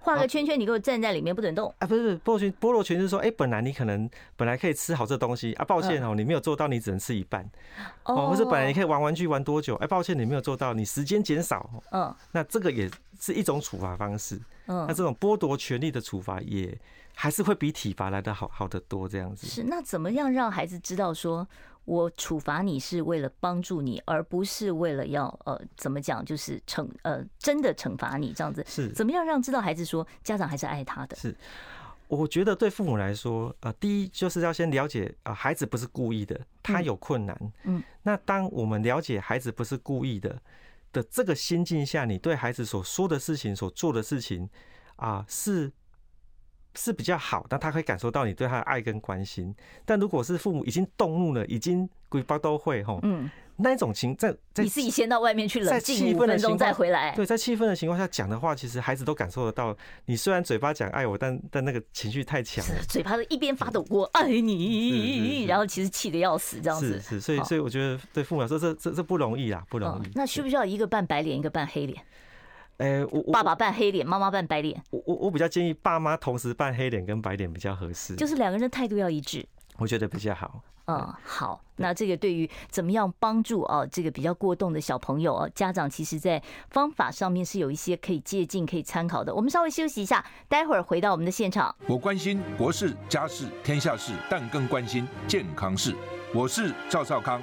A: 画个
B: 好
A: 圈圈，你给我站在里面不准动。
B: 啊，不是不是，菠萝群菠萝群就是说，哎、本来你可能本来可以吃好这东西啊，抱歉
A: 嗯
B: 哦，你没有做到，你只能吃一半哦，或是本来你可以玩玩具玩多久，哎、抱歉你没有做到，你时间减少，哦
A: 嗯
B: 那这个也是一种处罚方式。那
A: 嗯，
B: 这种剥夺权利的处罚也还是会比体罚来的好好得多，这样子。
A: 是那怎么样让孩子知道说？我处罚你是为了帮助你，而不是为了要呃怎么讲，就是惩呃真的惩罚你这样子。
B: 是
A: 怎么样让知道孩子说家长还是爱他的？
B: 我觉得对父母来说，呃，第一就是要先了解啊、呃孩子不是故意的，他有困难。
A: 嗯，
B: 那当我们了解孩子不是故意的的这个心境下，你对孩子所说的事情、所做的事情啊、是。是比较好，那他会感受到你对他的爱跟关心。但如果是父母已经动怒了，已经鬼包都会吼，
A: 嗯，
B: 那一种情在在
A: 你自己先到外面去冷
B: 在气
A: 静五
B: 愤的
A: 分
B: 情
A: 钟
B: 况
A: 再回来。
B: 对，在气愤的情况下讲的话，其实孩子都感受得到。你虽然嘴巴讲爱我，但但那个情绪太强了。
A: 嘴巴都一边发抖，我爱
B: 是是
A: 你，
B: 是
A: 然后其实气得要死这样
B: 是
A: 子。
B: 是，所以
A: 好
B: 所以我觉得对父母来说，这这这不容易啦，不容
A: 嗯
B: 易。，
A: 那需
B: 不？
A: 不需要一个扮白脸，一个扮黑脸？
B: 哎，我我
A: 爸爸扮黑脸，妈妈扮白脸，
B: 我我我比较建议爸妈同时扮黑脸跟白脸比较合适，
A: 就是两个人的态度要一致。
B: 我觉得比较好。
A: 嗯，好，那这个对于怎么样帮助啊，这个比较过动的小朋友啊，家长其实在方法上面是有一些可以借鉴、可以参考的。我们稍微休息一下，待会儿回到我们的现场。
C: 我关心国事、家事、天下事，但更关心健康事。我是赵少康，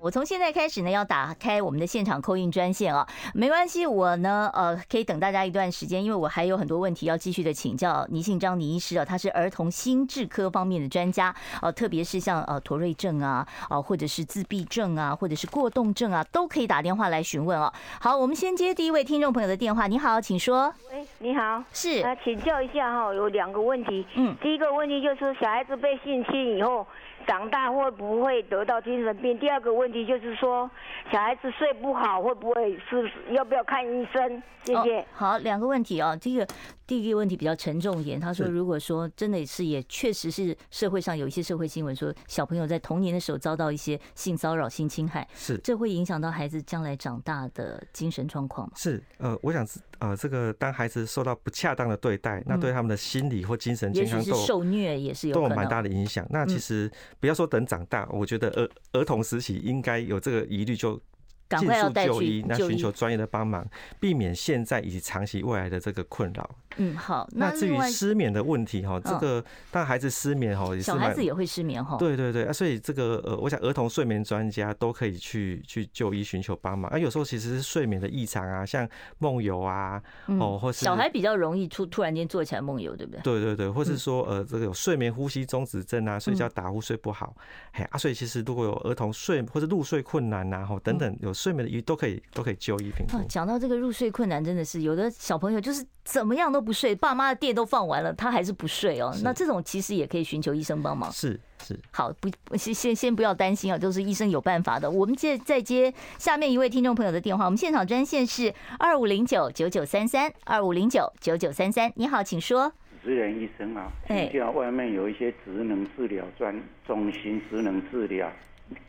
A: 我从现在开始呢，要打开我们的现场扣印专线啊，没关系，我呢，呃，可以等大家一段时间，因为我还有很多问题要继续的请教倪信章倪医师啊，他是儿童心智科方面的专家，呃，特别是像呃妥瑞症啊，啊、或者是自闭症啊，或者是过动症啊，都可以打电话来询问哦、好，我们先接第一位听众朋友的电话，你好，请说。
D: 喂，哎你好，
A: 是
D: 啊，请教一下哈、有两个问题。
A: 嗯
D: 第一个问题就是小孩子被性侵以后，长大会不会得到精神病？第二个问题就是说，小孩子睡不好会不会是要不要看医生？谢谢。
A: 哦、好，两个问题啊、这个第一个问题比较沉重一点。他说，
B: 是
A: 如果说真的是也确实是社会上有一些社会新闻说，小朋友在童年的时候遭到一些性骚扰、性侵害，
B: 是
A: 这会影响到孩子将来长大的精神状况吗？
B: 是，呃，我想是呃，这个当孩子受到不恰当的对待，那对他们的心理或精神
A: 嗯也
B: 嗯健
A: 许
B: 康
A: 是
B: 都有
A: 受虐，也是有
B: 都有
A: 可
B: 蛮大
A: 能。
B: 的影响。那其
A: 嗯
B: 实不要说等长大，我觉得儿儿童时期应该有这个疑虑就。
A: 赶
B: 尽
A: 快要
B: 速
A: 带
B: 就
A: 去
B: 医，那
A: 就
B: 寻
A: 医
B: 求专业的帮忙，避免现在以及长期未来的这个困扰。
A: 嗯，好。
B: 那至
A: 另
B: 于
A: 外，
B: 失眠的问题哈，这
A: 嗯
B: 个当孩子失眠哈，也是
A: 小孩
B: 蛮
A: 子也会失眠哈。
B: 对对对啊，所以这个呃，我想儿童睡眠专家都可以去去就医寻求帮忙啊。有时候其实是睡眠的异常啊，像梦游啊，
A: 嗯
B: 哦，或是
A: 小孩比嗯较容易突突然间做起来梦游，对不对？
B: 对对对，或是说呃，这个有睡眠呼吸中止症啊，睡
A: 嗯
B: 觉打呼睡不好，哎啊，所以其实如果有儿童睡或者入睡困难呐、啊，吼等等有睡眠的疑虑都可以都可以就医评估
A: 嗯哦，。讲到这个入睡困难，真的是有的小朋友就是怎么样都不睡，爸妈的电都放完了，他还是不睡哦。
B: 是
A: 那这种其实也可以寻求医生帮忙。
B: 是是，
A: 好，不不先先先不要担心啊，就是医生有办法的。我们接再接下面一位听众朋友的电话，我们现场专线是二五零九九九三三二五零九九九三三。你好，请说。
E: 职人医生啊，
A: 哎
E: 请教外面有一些职能治疗专中心，职能治疗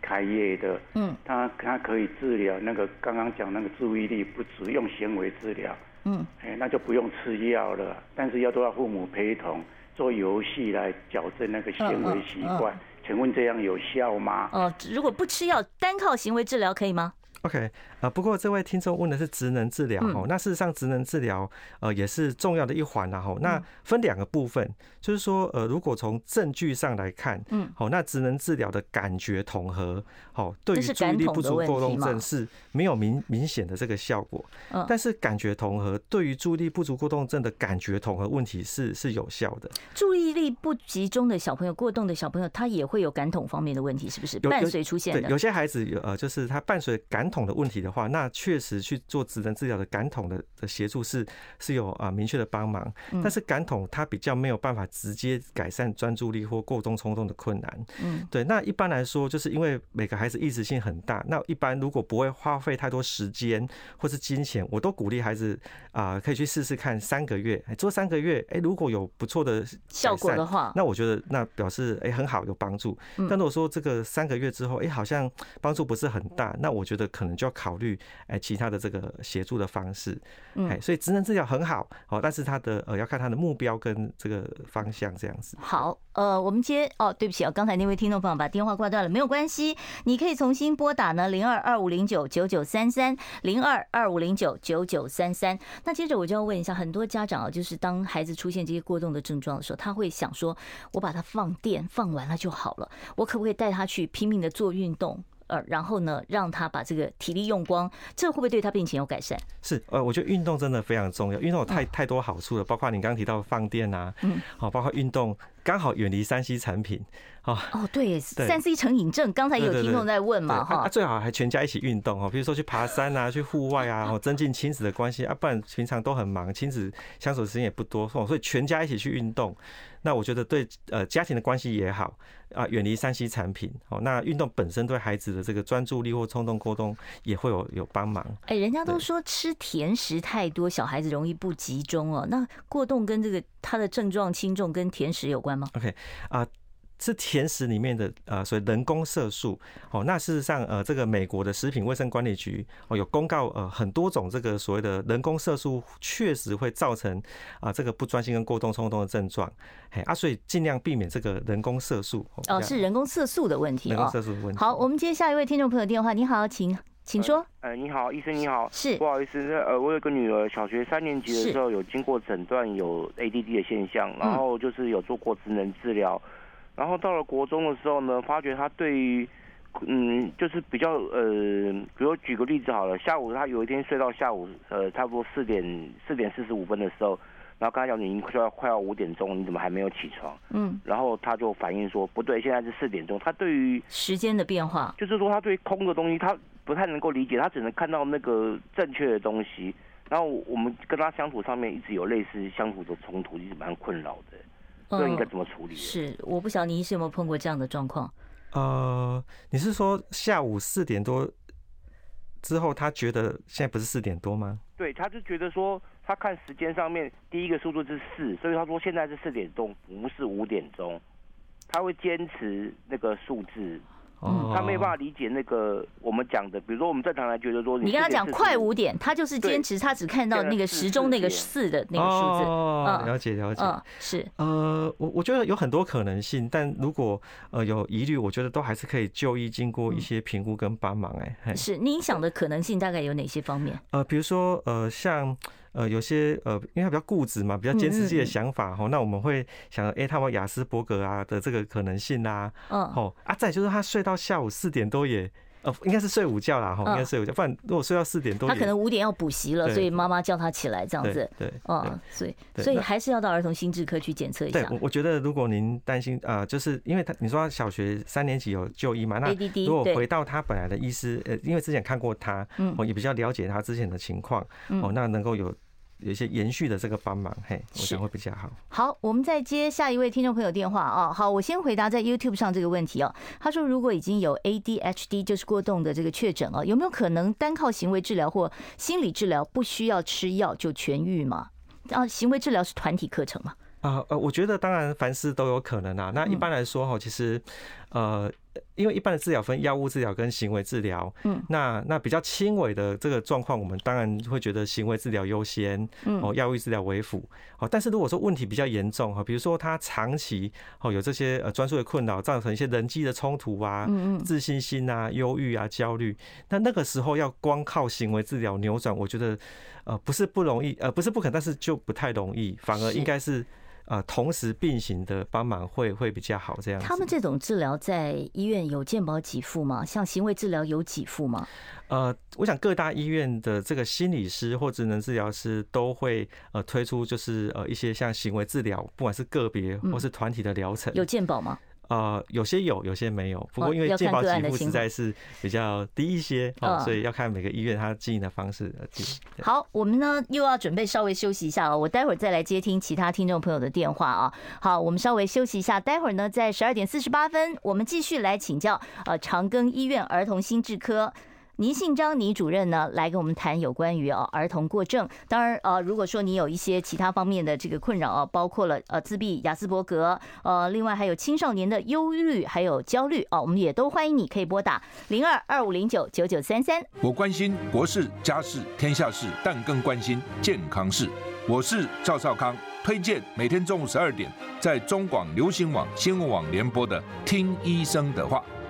E: 开业的，
A: 嗯，
E: 他他可以治疗那个刚刚讲那个注意力不足，用行为治疗，
A: 嗯，
E: 哎，那就不用吃药了，但是要都要父母陪同，做游戏来矫正
A: 嗯
E: 那个行为习惯。请问这样有效吗？
A: 哦、如果不吃药，单靠行为治疗可以吗？
B: OK，啊、不过这位听众问的是职能治
A: 嗯
B: 疗哦，那事实上职能治疗呃也是重要的一环啦吼。
A: 嗯
B: 那分两个部分，就是说呃，如果从证据上来看，
A: 嗯，
B: 好、那职能治疗的感觉统合，好、对于
A: 这是
B: 注意力
A: 感统
B: 不
A: 的
B: 足
A: 问
B: 过
A: 题
B: 动
A: 嘛
B: 症是没有明明显的这个效果，
A: 嗯
B: 但是感觉统合对于注意力不足过动症的感觉统合问题是是有效的，
A: 注意力不集中的小朋友、过动的小朋友，他也会有感统方面的问题，是不是？
B: 有
A: 伴
B: 有
A: 随出现
B: 对，
A: 的
B: 有。些孩子有呃，就是他伴随感统的问题的话，那确实去做职能治疗的感统的的协助是是有啊、明确的帮忙，
A: 嗯
B: 但是感统它比较没有办法直接改善专注力或过动冲动的困难。
A: 嗯，
B: 对，那一般来说，就是因为每个孩子意识性很大，那一般如果不会花费太多时间或是金钱，我都鼓励孩子啊、可以去试试看三个月，哎做三个月，哎、如果有不错的
A: 效果
B: 改善
A: 的话嗯
B: 那我觉得那表示哎、很好，有帮助。但如果说这个三个月之后，哎、好像帮助不是很大，那我觉得可能就要考虑哎、其他的这个协助的方式。
A: 嗯
B: 哎、所以职能治疗很好，好，但是他的呃要看他的目标跟这个方向这样子。
A: 好，呃，我们接哦，对不起啊，刚才那位听众朋友把电话挂断了，没有关系，你可以重新拨打呢，零二二五零九九九三三，零二二五零九九九三三。那接着我就要问一下，很多家长啊，就是当孩子出现这些过动的症状的时候，他会想说，我把它放电，放完了就好了，我可不可以带他去拼命的做运动？呃，然后呢，让他把这个体力用光，这会不会对他病情有改善？
B: 是，呃，我觉得运动真的非常重要，运动有太太多好处了，包括你刚刚提到放电啊，
A: 啊嗯，
B: 好，包括运动刚好远离三 C 产品，啊，
A: 哦，对，
B: 对
A: 三 C 成瘾症，刚才有
B: 对对
A: 听众
B: 对
A: 在问
B: 对
A: 嘛，
B: 啊，
A: 哈
B: 啊，最好还全家一起运动哦，比如说去爬山啊， 去户外 啊，哦，增进亲子的关系啊，不然平常都很忙，亲子相处的时间也不多，哦所以全家一起去运动，那我觉得对呃家庭的关系也好啊，远离三 C 产品哦，那运动本身对孩子的这个专注力或冲动过动也会有有帮忙。
A: 哎，人家都
B: 对
A: 说吃甜食太多，小孩子容易不集中哦。那过动跟这个他的症状轻重跟甜食有关吗？
B: OK 啊、是甜食里面的呃，所谓人工色素哦。那事实上，呃，这个美国的食品卫生管理局哦有公告，呃，很多种这个所谓的人工色素确实会造成啊、这个不专心跟过动冲动的症状。嘿啊，所以尽量避免这个人工色素
A: 哦，是人工色素的问题
B: 人工
A: 哦
B: 色。素的问题。
A: 好，我们接下一位听众朋友电话。你好，请请说。
F: 呃，你好，医生你好，
A: 是
F: 不好意思，呃，我有个女儿，小学三年级
A: 是
F: 的时候有经过诊断有 ADD 的现象，然后就是有做过职能治疗，然后到了国中的时候呢，发觉她对于嗯，就是比较呃，比如举个例子好了，下午他有一天睡到下午呃，差不多四点四点四十五分的时候，然后跟他讲你已经快要快要五点钟，你怎么还没有起床？
A: 嗯，
F: 然后他就反映说不对，现在是四点钟。他对于
A: 时间的变化，
F: 就是说他对空的东西他不太能够理解，他只能看到那个正确的东西。然后我们跟他相处上面一直有类似相处的冲突，一直蛮困扰的。这应该怎么处理？
A: 嗯是，我不晓得你医生有没有碰过这样的状况？
B: 呃，你是说下午四点多之后，他觉得现在不是四点多吗？
F: 对，他就觉得说他看时间上面第一个数字是四，所以他说现在是四点钟，不是五点钟。他会坚持那个数字，
A: 嗯
B: 哦，
F: 他没办法理解那个我们讲的，比如说我们正常来觉得说
A: 你跟他
F: 4:45
A: 讲快五点，他就是坚持，他只看到那个时钟那个四的那个数
B: 哦
A: 嗯
B: 了解了
A: 字，
B: 解。
A: 嗯，是，
B: 呃，我我觉得有很多可能性，但如果呃有疑虑，我觉得都还是可以就医，经过一些评估跟帮忙、哎、嘿
A: 嗯是您想的可能性大概有哪些方面？
B: 呃，比如说呃，像呃有些呃，因为他比较固执嘛，比较坚持自己
A: 嗯嗯
B: 的
A: 嗯
B: 想法哈、那我们会想，哎、他们雅斯伯格啊的这个可能性啦、啊，
A: 嗯
B: 吼啊，再就是他睡到下午四点多也。呃，应该是睡午觉啦，哈，
A: 嗯
B: 应该睡午觉，不然如果睡到四点多也，
A: 他可能五点要补习了，
B: 对
A: 所以妈妈叫他起来这样
B: 对
A: 子。
B: 对，对
A: 嗯，所以
B: 对
A: 所以
B: 那
A: 还是要到儿童心智科去检测一
B: 对
A: 下，
B: 我我觉得如果您担心啊、呃就是因为他你说他小学三年级有就医嘛，那
A: ADD
B: 如果
A: 对
B: 回到他本来的医师，呃，因为之前看过他，哦
A: 嗯
B: 我也比较了解他之前的情况，哦，那能够有有一些延续的这个帮忙，嘿，我
A: 是
B: 想会比较好。
A: 好，我们再接下一位听众朋友电话啊。好，我先回答在 YouTube 上这个问题哦。他说，如果已经有 ADHD 就是过动的这个确诊哦，有没有可能单靠行为治疗或心理治疗不需要吃药就痊愈吗？啊，行为治疗是团体课程嘛？
B: 啊呃，我觉得当然凡事都有可能啊。那
A: 嗯
B: 一般来说哈，其实呃，因为一般的治疗分药物治疗跟行为治疗，
A: 嗯，
B: 那那比较轻微的这个状况，我们当然会觉得行为治疗优先，
A: 嗯
B: 哦，药物治疗为辅，哦。但是如果说问题比较严重哈，比如说他长期哦有这些呃专注的困扰，造成一些人际的冲突啊，
A: 嗯嗯
B: 自信心啊、忧郁啊、焦虑，那那个时候要光靠行为治疗扭转，我觉得呃不是不容易，呃不是不可能，但是就不太容易，反而
A: 是
B: 应该是呃同时并行的帮忙会会比较好这样子。
A: 他们这种治疗在医院有健保给付吗？像行为治疗有给付吗？
B: 呃，我想各大医院的这个心理师或职能治疗师都会呃推出就是呃一些像行为治疗，不管是个别
A: 嗯
B: 或是团体的疗程，
A: 有健保吗？
B: 呃，有些有，有些没有。不
A: 哦
B: 过因为
A: 要
B: 健
A: 看
B: 保
A: 个案的
B: 给付
A: 情
B: 实在
A: 况
B: 是比较低一些，哦
A: 嗯，
B: 所以要看每个医院它经营的方式而定。对
A: 好，我们呢又要准备稍微休息一下了，我待会儿再来接听其他听众朋友的电话啊。好，我们稍微休息一下，待会儿呢在十二点四十八分，我们继续来请教呃长庚医院儿童心智科。倪信章倪主任呢，来跟我们谈有关于啊儿童过正。当然，呃，如果说你有一些其他方面的这个困扰啊，包括了呃自闭、雅斯伯格，呃，另外还有青少年的忧郁还有焦虑啊，我们也都欢迎你可以拨打零二二五零九九九三三。
C: 我关心国事、家事、天下事，但更关心健康事。我是赵少康，推荐每天中午十二点在中广流行网、新闻网联播的《听医生的话》。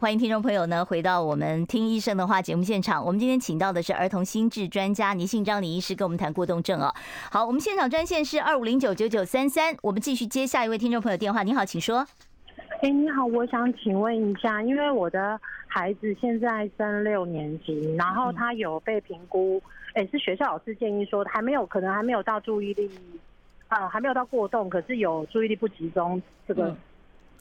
A: 欢迎听众朋友呢回到我们听医生的话节目现场。我们今天请到的是儿童心智专家倪信章李医师跟我们谈过动症哦。好，我们现场专线是二五零九九九三三，我们继续接下一位听众朋友电话。你好，请说。
G: 哎，你好，我想请问一下，因为我的孩子现在升六年级，然
A: 嗯
G: 后他有被评估，哎，是学校老师建议说还没有，可能还没有到注意力，呃，还没有到过动，可是有注意力不集中这个
A: 嗯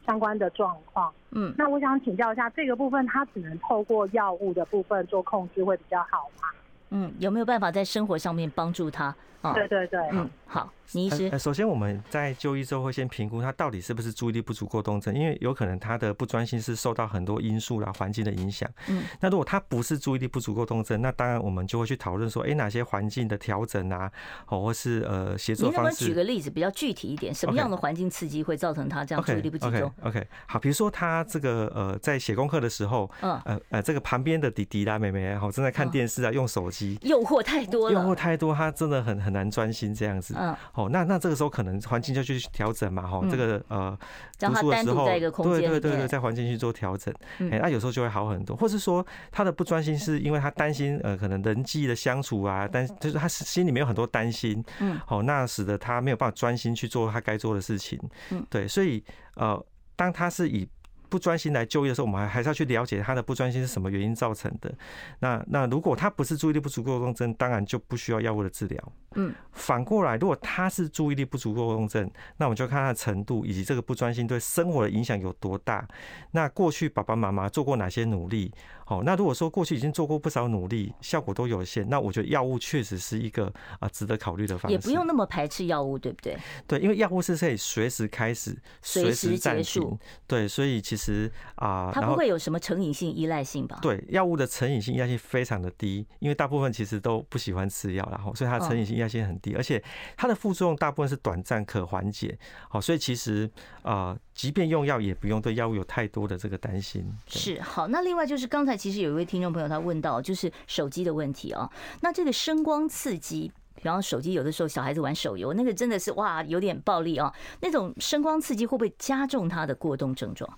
G: 相关的状况。
A: 嗯，
G: 那我想请教一下，这个部分他只能透过药物的部分做控制会比较好吗？
A: 嗯，有没有办法在生活上面帮助他啊？
G: 对对对，
A: 嗯，好，倪医
B: 呃
A: 师
B: 呃，首先我们在就医之后会先评估他到底是不是注意力不足过动症，因为有可能他的不专心是受到很多因素啦、环境的影响。
A: 嗯，
B: 那如果他不是注意力不足过动症，那当然我们就会去讨论说，诶，哪些环境的调整啊，哦，或是呃协
A: 您
B: 作
A: 能不
B: 方
A: 能
B: 式。
A: 举个例子，比较具体一点，什么
B: OK
A: 样的环境刺激会造成他这样注意力不集中？
B: OK OK，好，比如说他这个呃，在写功课的时候，
A: 嗯
B: 呃呃，这个旁边的弟弟啦、妹妹啊，然后正在看
A: 嗯
B: 电视啊，用手机，
A: 诱惑太多
B: 诱
A: 了
B: 惑。太多，他真的很很难专心这样子。
A: 嗯，
B: 哦，那那这个时候可能环境就去调整嘛，哈、
A: 嗯
B: 这个呃，
A: 让
B: 读
A: 他
B: 书的
A: 单
B: 时
A: 独
B: 候，
A: 在一个空间
B: 对对
A: 里
B: 对对，
A: 面
B: 在环境去做调整，哎、
A: 嗯
B: 那、有时候就会好很多，或是说他的不专心是因为他担心呃，可能人际的相处啊，担就是他是心里面有很多担心，
A: 嗯，
B: 哦，那使得他没有办法专心去做他该做的事情，
A: 嗯
B: 对，所以呃，当他是以不专心来就业的时候，我们还还是要去了解他的不专心是什么原因造成的。那那如果他不是注意力不足够用症，当然就不需要药物的治疗。
A: 嗯，
B: 反过来，如果他是注意力不足够用症，那我们就看他的程度以及这个不专心对生活的影响有多大。那过去爸爸妈妈做过哪些努力？好、那如果说过去已经做过不少努力，效果都有限，那我觉得药物确实是一个啊、值得考虑的方式。
A: 也不用那么排斥药物，对不对？
B: 对，因为药物是可以随时开始、
A: 随
B: 随
A: 时
B: 时
A: 结
B: 暂
A: 束
B: 停。对，所以其实啊，
A: 它
B: 然
A: 不
B: 后
A: 会有什么成瘾性、依赖性吧？
B: 对药物的成瘾性、依赖性非常的低，因为大部分其实都不喜欢吃药，然后所以它的成瘾性、依赖性很低，而且它的副作用大部分是短暂可缓解。好，所以其实啊，呃即便用药也不用对药物有太多的这个担心。对
A: 是好，那另外就是刚才其实有一位听众朋友他问到，就是手机的问题哦。那这个声光刺激，比方手机有的时候小孩子玩手游，那个真的是哇有点暴力哦。那种声光刺激会不会加重他的过动症状？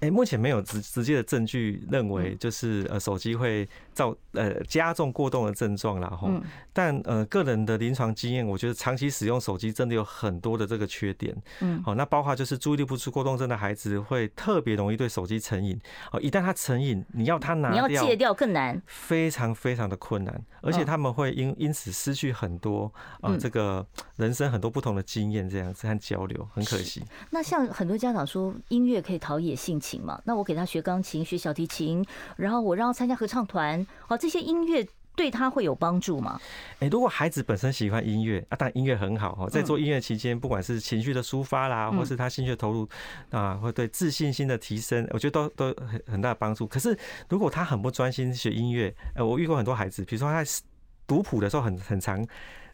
B: 哎、目前没有直直接的证据认
A: 嗯
B: 为就是呃手机会造呃加重过动的症状啦吼，
A: 嗯
B: 但呃个人的临床经验，我觉得长期使用手机真的有很多的这个缺点，
A: 嗯
B: 好、那包括就是注意力不足过动症的孩子会特别容易对手机成瘾，哦，一旦他成瘾，你要他拿
A: 你
B: 掉，
A: 要戒掉更难。
B: 非常非常的困难，而且他们会因因此失去很多呃
A: 嗯
B: 这个人生很多不同的经验这样子和交流，很可惜。
A: 那像很多家长说，音乐可以陶冶性情嘛？那我给他学钢琴、学小提琴，然后我让他参加合唱团，哦，这些音乐对他会有帮助吗？
B: 哎、如果孩子本身喜欢音乐啊，当然音乐很好哦，在做音乐期间，不管是情绪的抒发啦，
A: 嗯
B: 或是他兴趣的投入啊，会对自信心的提升，我觉得都都很很大的帮助。可是如果他很不专心学音乐，呃，我遇过很多孩子，比如说他在读谱的时候很很长，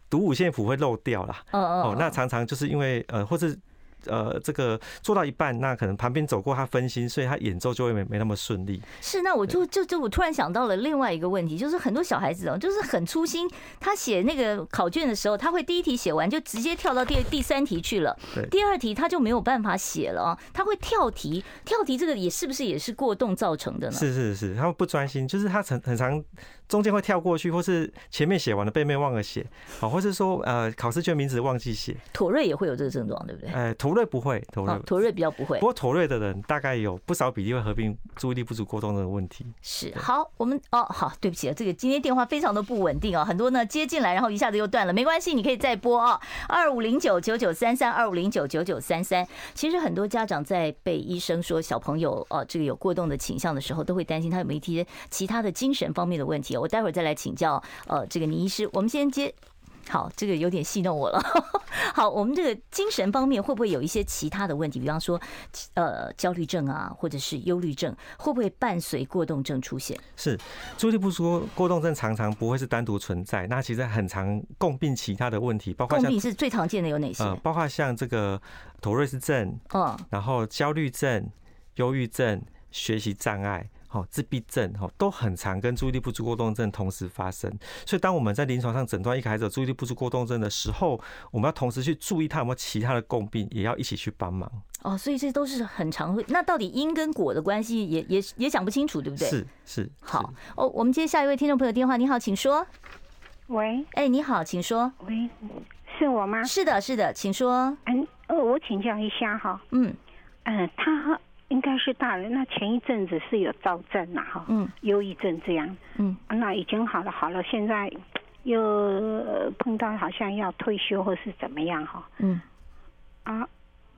B: 读五线谱会漏掉啦，
A: 嗯嗯
B: 哦，那常常就是因为呃，或是呃，这个做到一半，那可能旁边走过他分心，所以他演奏就会没没那么顺利。
A: 是，那我就就就我突然想到了另外一个问题，就是很多小孩子哦，就是很粗心，他写那个考卷的时候，他会第一题写完就直接跳到第第三题去了
B: 对，
A: 第二题他就没有办法写了哦，他会跳题，跳题这个也是不是也是过动造成的呢？
B: 是是是，他们不专心，就是他很很常中间会跳过去，或是前面写完了背面忘了写，好，或是说呃考试卷名字忘记写，
A: 妥瑞也会有这个症状，对不对？
B: 呃，头瑞不会，头瑞。
A: 哦，妥瑞比较不会
B: 不。过头瑞的人大概有不少比例会合并注意力不足过动的问题。
A: 是好，我们哦好，对不起，这个今天电话非常的不稳定哦，很多呢接进来，然后一下子又断了，没关系，你可以再拨哦，二五零九九九三三，二五零九九九三三。其实很多家长在被医生说小朋友哦、这个有过动的倾向的时候，都会担心他有没有一些其他的精神方面的问题哦。我待会儿再来请教呃这个倪医师，我们先接。好，这个有点戏弄我了。 好，我们这个精神方面会不会有一些其他的问题？比方说，呃，焦虑症啊，或者是忧虑症，会不会伴随过动症出现？
B: 是，注意力不足过过动症常常不会是单独存在，那其实很常共病其他的问题，包括
A: 共
B: 像
A: 病是最常见的有哪些？
B: 呃，包括像这个妥瑞氏症，
A: 嗯，
B: 然后焦虑症、忧郁症、学习障碍。好，自闭症哦，都很常跟注意力不足过动症同时发生，所以当我们在临床上诊断一个孩子有注意力不足过动症的时候，我们要同时去注意他有没有其他的共病，也要一起去帮忙。
A: 哦，所以这都是很常会。那到底因跟果的关系也也也讲不清楚，对不对？。
B: 是是，
A: 好，哦，我们接下一位听众朋友电话，你好，请说。
H: 喂
A: 哎，你好，请说。
H: 喂，是我吗？
A: 是的，是的，请说。
H: 嗯，呃，我请教一下哈，
A: 嗯
H: 嗯、他应该是大人，那前一阵子是有躁症呐、哈，
A: 嗯
H: 忧郁症这样，啊
A: 嗯，
H: 那已经好了好了，现在又呃碰到好像要退休或是怎么样哈，
A: 嗯，
H: 啊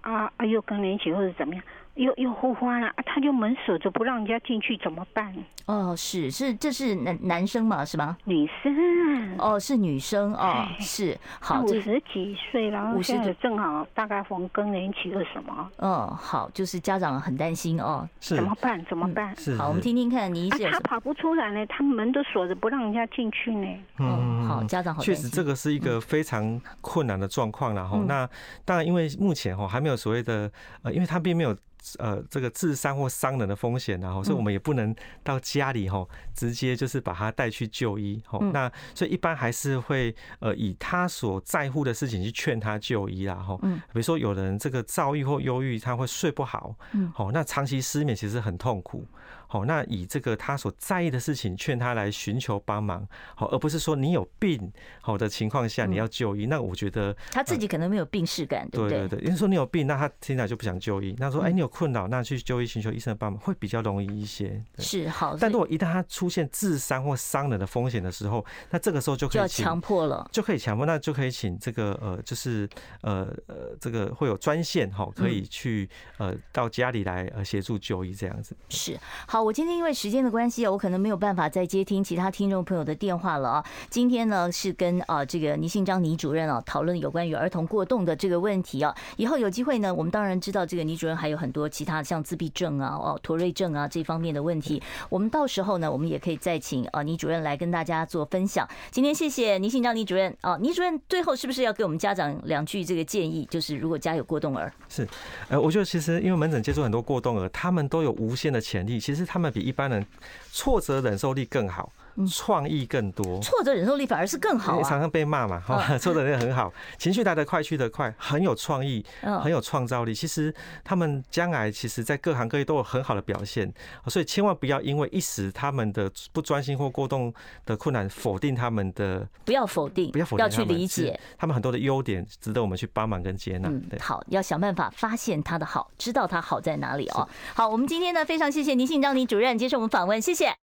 H: 啊啊，又更年期或者怎么样，又又护花了、啊，他就门锁着不让人家进去，怎么办？
A: 哦，是是，这是男男生嘛，是吗？
H: 女生，
A: 哦，是女生哦，是好，
H: 五
A: 这
H: 十几岁了，
A: 50
H: 现在
A: 几
H: 正好大概逢更年期或什么，
A: 嗯好，就是家长很担心哦。
B: 是
H: 怎么办？怎么
A: 嗯
H: 办？
B: 是，
A: 好，我们
B: 是，
A: 听听看，你
H: 啊
A: 是有，什
H: 他
A: 么？
H: 跑不出来呢，他门都锁着，不让人家进去呢。
A: 嗯，好，家长好
B: 确
A: 担
B: 实，
A: 心。
B: 这个是一个非常困难的状况然后
A: 嗯
B: 那当然，因为目前哈还没有所谓的呃，因为它并没有呃这个致伤或伤人的风险然
A: 嗯
B: 后所以我们也不能到家里吼直接就是把他带去就医吼。
A: 嗯
B: 那所以一般还是会呃以他所在乎的事情去劝他就医啦吼。
A: 嗯
B: 比如说有人这个躁郁或忧郁，他会睡不好，
A: 嗯
B: 好，那长期失眠其实很痛苦。好，那以这个他所在意的事情劝他来寻求帮忙，好，而不是说你有病好的情况下你要就医。那我觉得
A: 他自己可能没有病视感，嗯对不嗯
B: 对嗯对对，因为说你有病，那他听起来就不想就医。那说哎、你有困扰，那去就医寻求医生的帮忙会比较容易一些。对
A: 是好，
B: 但如果一旦他出现自伤或伤人的风险的时候，那这个时候就可
A: 就
B: 以
A: 要
B: 请
A: 强迫了。
B: 就可以强迫，那就可以请这个呃，就是呃呃，这个会有专线哈，可
A: 嗯
B: 以去呃到家里来呃协助就医这样子。
A: 是好，我今天因为时间的关系啊，我可能没有办法再接听其他听众朋友的电话了啊。今天呢是跟啊、这个倪信章倪主任啊讨论有关于儿童过动的这个问题啊。以后有机会呢，我们当然知道这个倪主任还有很多其他像自闭症啊、哦妥瑞症啊这方面的问题，我们到时候呢，我们也可以再请啊倪主任来跟大家做分享。今天谢谢倪信章倪主任啊，倪主任最后是不是要给我们家长两句这个建议？就是如果家有过动儿，
B: 是，呃，我觉得其实因为门诊接触很多过动儿，他们都有无限的潜力，其实他们比一般人挫折忍受力更好，创意更多。
A: 挫折忍受力反而是更嗯好
B: 因为
A: 啊嗯
B: 常。常被骂嘛，哈，做的也很好，情绪来得快去得快，很有创意，
A: 嗯
B: 很有创造力。其实他们将来其实，在各行各业都有很好的表现，所以千万不要因为一时他们的不专心或过动的困难，否定他们的，
A: 不要否定，
B: 不要否定
A: 要
B: 他
A: 去
B: 们
A: 理
B: 是
A: 解。嗯
B: 他们很多的优点，值得我们去帮忙跟接纳。对，
A: 好，要想办法发现它的好，知道它好在哪里哦。好，我们今天呢非常谢谢倪信章倪主任接受我们访问，谢谢。